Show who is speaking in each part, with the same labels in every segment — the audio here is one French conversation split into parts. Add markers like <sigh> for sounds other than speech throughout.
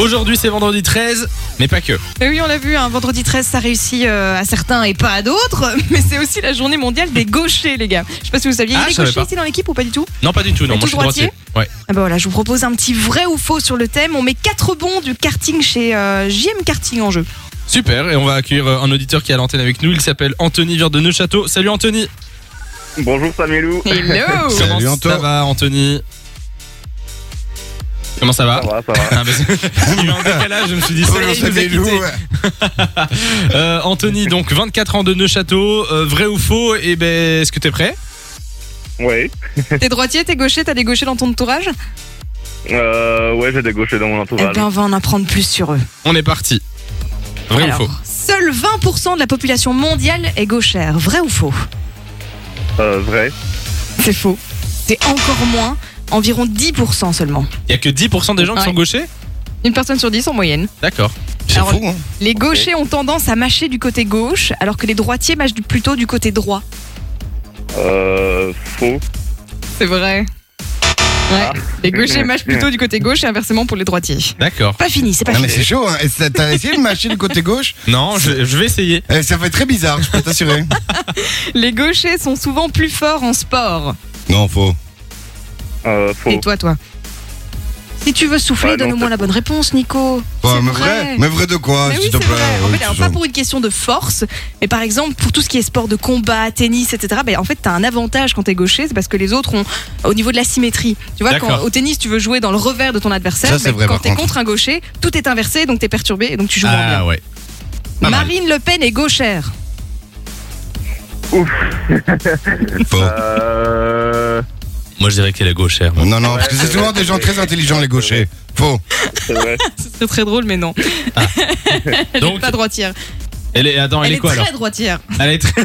Speaker 1: Aujourd'hui c'est vendredi 13, mais pas que.
Speaker 2: Et oui, on l'a vu, un vendredi 13, ça réussit euh, à certains et pas à d'autres, <laughs> mais c'est aussi la journée mondiale des gauchers, les gars. Je sais pas si vous saviez, il y
Speaker 1: Ah,
Speaker 2: a
Speaker 1: je
Speaker 2: des
Speaker 1: savais
Speaker 2: gauchers
Speaker 1: pas.
Speaker 2: ici dans l'équipe ou pas du tout
Speaker 1: Non pas du tout, non, moi
Speaker 2: Et
Speaker 1: je
Speaker 2: tout
Speaker 1: suis droitier. Ouais.
Speaker 2: ah bah voilà, Je vous propose un petit vrai ou faux sur le thème. On met quatre bons du karting chez euh, JM Karting
Speaker 1: <laughs>
Speaker 2: en jeu.
Speaker 1: Super, et on va accueillir euh, un auditeur qui est à l'antenne avec nous, il s'appelle Anthony vient de Neuchâteau. Salut Anthony
Speaker 3: Bonjour Samuelou.
Speaker 1: <laughs>
Speaker 2: Hello
Speaker 1: Comment
Speaker 4: Anto.
Speaker 1: ça va Anthony Comment ça va
Speaker 3: Ça va, ça va.
Speaker 1: Ah, bah, c'est- <laughs> Il y a eu un décalage, je me suis dit, ça y est, il nous a quittés. <laughs> Euh, Anthony, donc 24 ans de Neuchâteau, euh, vrai ou faux Et ben, est-ce que t'es prêt
Speaker 3: Oui.
Speaker 2: T'es droitier, t'es gaucher, t'as des gauchers dans ton entourage
Speaker 3: Euh, ouais, j'ai des gauchers dans mon
Speaker 2: Eh
Speaker 3: entourage.
Speaker 2: bien, on va en apprendre plus sur eux.
Speaker 1: On est parti. Vrai
Speaker 2: Alors,
Speaker 1: ou faux
Speaker 2: Seuls 20% de la population mondiale est gauchère. Vrai ou faux
Speaker 3: Euh, vrai.
Speaker 2: C'est faux. C'est encore moins, environ 10% seulement.
Speaker 1: Il y a que 10% des gens qui
Speaker 2: Ouais.
Speaker 1: sont gauchers
Speaker 2: Une personne sur 10 en moyenne.
Speaker 1: D'accord.
Speaker 4: C'est
Speaker 2: Alors,
Speaker 4: fou, hein.
Speaker 2: Les gauchers ont tendance à mâcher du côté gauche, alors que les droitiers mâchent du- plutôt du côté droit.
Speaker 3: Euh, faux.
Speaker 2: C'est vrai.
Speaker 4: Ah.
Speaker 2: Ouais. Les gauchers mâchent plutôt du côté gauche et inversement pour les droitiers.
Speaker 1: D'accord.
Speaker 2: Pas fini, c'est pas
Speaker 4: Non, mais
Speaker 2: fini.
Speaker 4: c'est chaud, hein. Et ça- T'as essayé de mâcher le côté gauche
Speaker 1: Non, je- je vais essayer.
Speaker 4: Eh, Ça fait très bizarre, je peux t'assurer.
Speaker 2: Les gauchers sont souvent plus forts en sport.
Speaker 4: <laughs> Non, faux.
Speaker 3: Euh, faux.
Speaker 4: Oh.
Speaker 2: Et toi, toi Si tu veux souffler,
Speaker 4: Bah,
Speaker 3: Ouais, non,
Speaker 2: donne-moi
Speaker 3: c'est
Speaker 2: la bonne réponse, Nico.
Speaker 4: Ouais,
Speaker 2: C'est
Speaker 4: Bah, mais vrai, mais vrai de quoi,
Speaker 2: Mais oui,
Speaker 4: Ah, s'il te
Speaker 2: c'est
Speaker 4: plaît
Speaker 2: vrai. En
Speaker 4: ouais,
Speaker 2: fait,
Speaker 4: tu
Speaker 2: alors,
Speaker 4: sens.
Speaker 2: pas pour une question de force, mais par exemple pour tout ce qui est sport de combat, tennis, etc. Ben, en fait, t'as un avantage quand t'es gaucher, c'est parce que les autres ont au niveau de la symétrie. Tu vois, quand
Speaker 1: D'accord.
Speaker 2: au tennis, tu veux jouer dans le revers de ton adversaire.
Speaker 4: Ça, c'est
Speaker 2: ben,
Speaker 4: vrai,
Speaker 2: quand
Speaker 4: par
Speaker 2: t'es
Speaker 4: contre.
Speaker 2: contre un gaucher, tout est inversé, donc t'es perturbé et donc tu joues moins bien.
Speaker 1: Ah ouais. pas mal.
Speaker 2: Marine Le Pen est gauchère.
Speaker 4: Faux.
Speaker 3: Euh,
Speaker 1: Moi je dirais qu'elle est gauchère. moi.
Speaker 4: Non, non, parce que
Speaker 3: Ouais,
Speaker 4: c'est
Speaker 3: c'est
Speaker 4: souvent
Speaker 3: vrai,
Speaker 4: des
Speaker 3: c'est
Speaker 4: gens
Speaker 3: vrai.
Speaker 4: très intelligents, les gauchers. Faux. <laughs>
Speaker 3: c'est vrai.
Speaker 2: C'est très drôle, mais non.
Speaker 4: Ah.
Speaker 2: <laughs> Elle
Speaker 1: Donc-
Speaker 2: est pas droitière.
Speaker 1: Elle est, attends, elle,
Speaker 2: Elle,
Speaker 1: est, quoi
Speaker 2: très
Speaker 1: alors
Speaker 2: droitière.
Speaker 1: Elle est
Speaker 2: <laughs>
Speaker 1: très-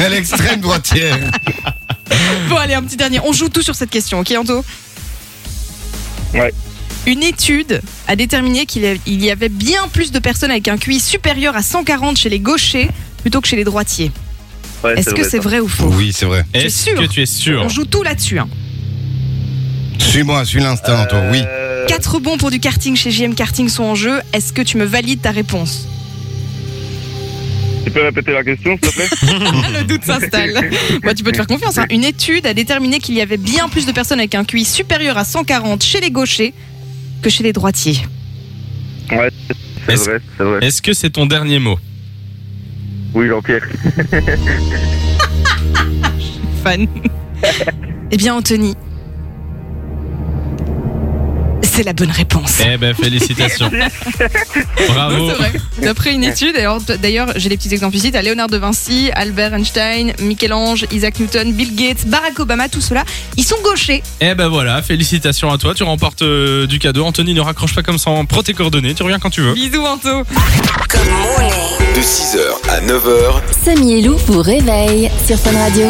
Speaker 4: Elle est extrême droitière.
Speaker 2: Bon, allez, un petit dernier. On joue tout sur cette question, ok, Anto
Speaker 3: Ouais.
Speaker 2: Une étude a déterminé qu'il y a- il y avait bien plus de personnes avec un QI supérieur à 140 chez les gauchers plutôt que chez les droitiers.
Speaker 3: Ouais,
Speaker 2: Est-ce que
Speaker 3: vrai,
Speaker 2: c'est
Speaker 3: ça.
Speaker 2: vrai ou faux
Speaker 4: Oui, c'est vrai.
Speaker 2: C'est
Speaker 1: Est-ce
Speaker 2: sûr.
Speaker 1: que tu es sûr
Speaker 2: On joue tout là-dessus. hein.
Speaker 4: Suis-moi, suis l'instant, toi, oui.
Speaker 3: Euh,
Speaker 2: Quatre bons pour du karting chez JM Karting sont en jeu. Est-ce que tu me valides ta réponse
Speaker 3: Tu peux répéter la question, s'il te plaît
Speaker 2: Ah, Le doute
Speaker 3: <laughs>
Speaker 2: s'installe. Moi, tu peux te faire confiance. hein. Une étude a déterminé qu'il y avait bien plus de personnes avec un QI supérieur à 140 chez les gauchers que chez les droitiers.
Speaker 3: Ouais, c'est
Speaker 1: Est-ce-
Speaker 3: vrai, c'est vrai.
Speaker 1: Est-ce que c'est ton dernier
Speaker 2: <laughs>
Speaker 1: mot
Speaker 3: Oui, Jean-Pierre.
Speaker 2: fan. <laughs> eh bien, Anthony. C'est la bonne réponse.
Speaker 1: Eh ben félicitations. Bravo.
Speaker 2: Non, c'est vrai. D'après une étude, alors, t- d'ailleurs, j'ai des petits exemples ici. T'as Léonard de Vinci, Albert Einstein, Michel-Ange, Isaac Newton, Bill Gates, Barack Obama, tout cela. Ils sont gauchers.
Speaker 1: Eh ben voilà, félicitations à toi. Tu remportes euh, du cadeau. Anthony, ne raccroche pas comme ça. hein. Prends tes coordonnées. Tu reviens quand tu veux.
Speaker 2: Bisous, Anto.
Speaker 5: De 6h à 9h,
Speaker 6: Samy et Lou vous réveille sur Fun Radio.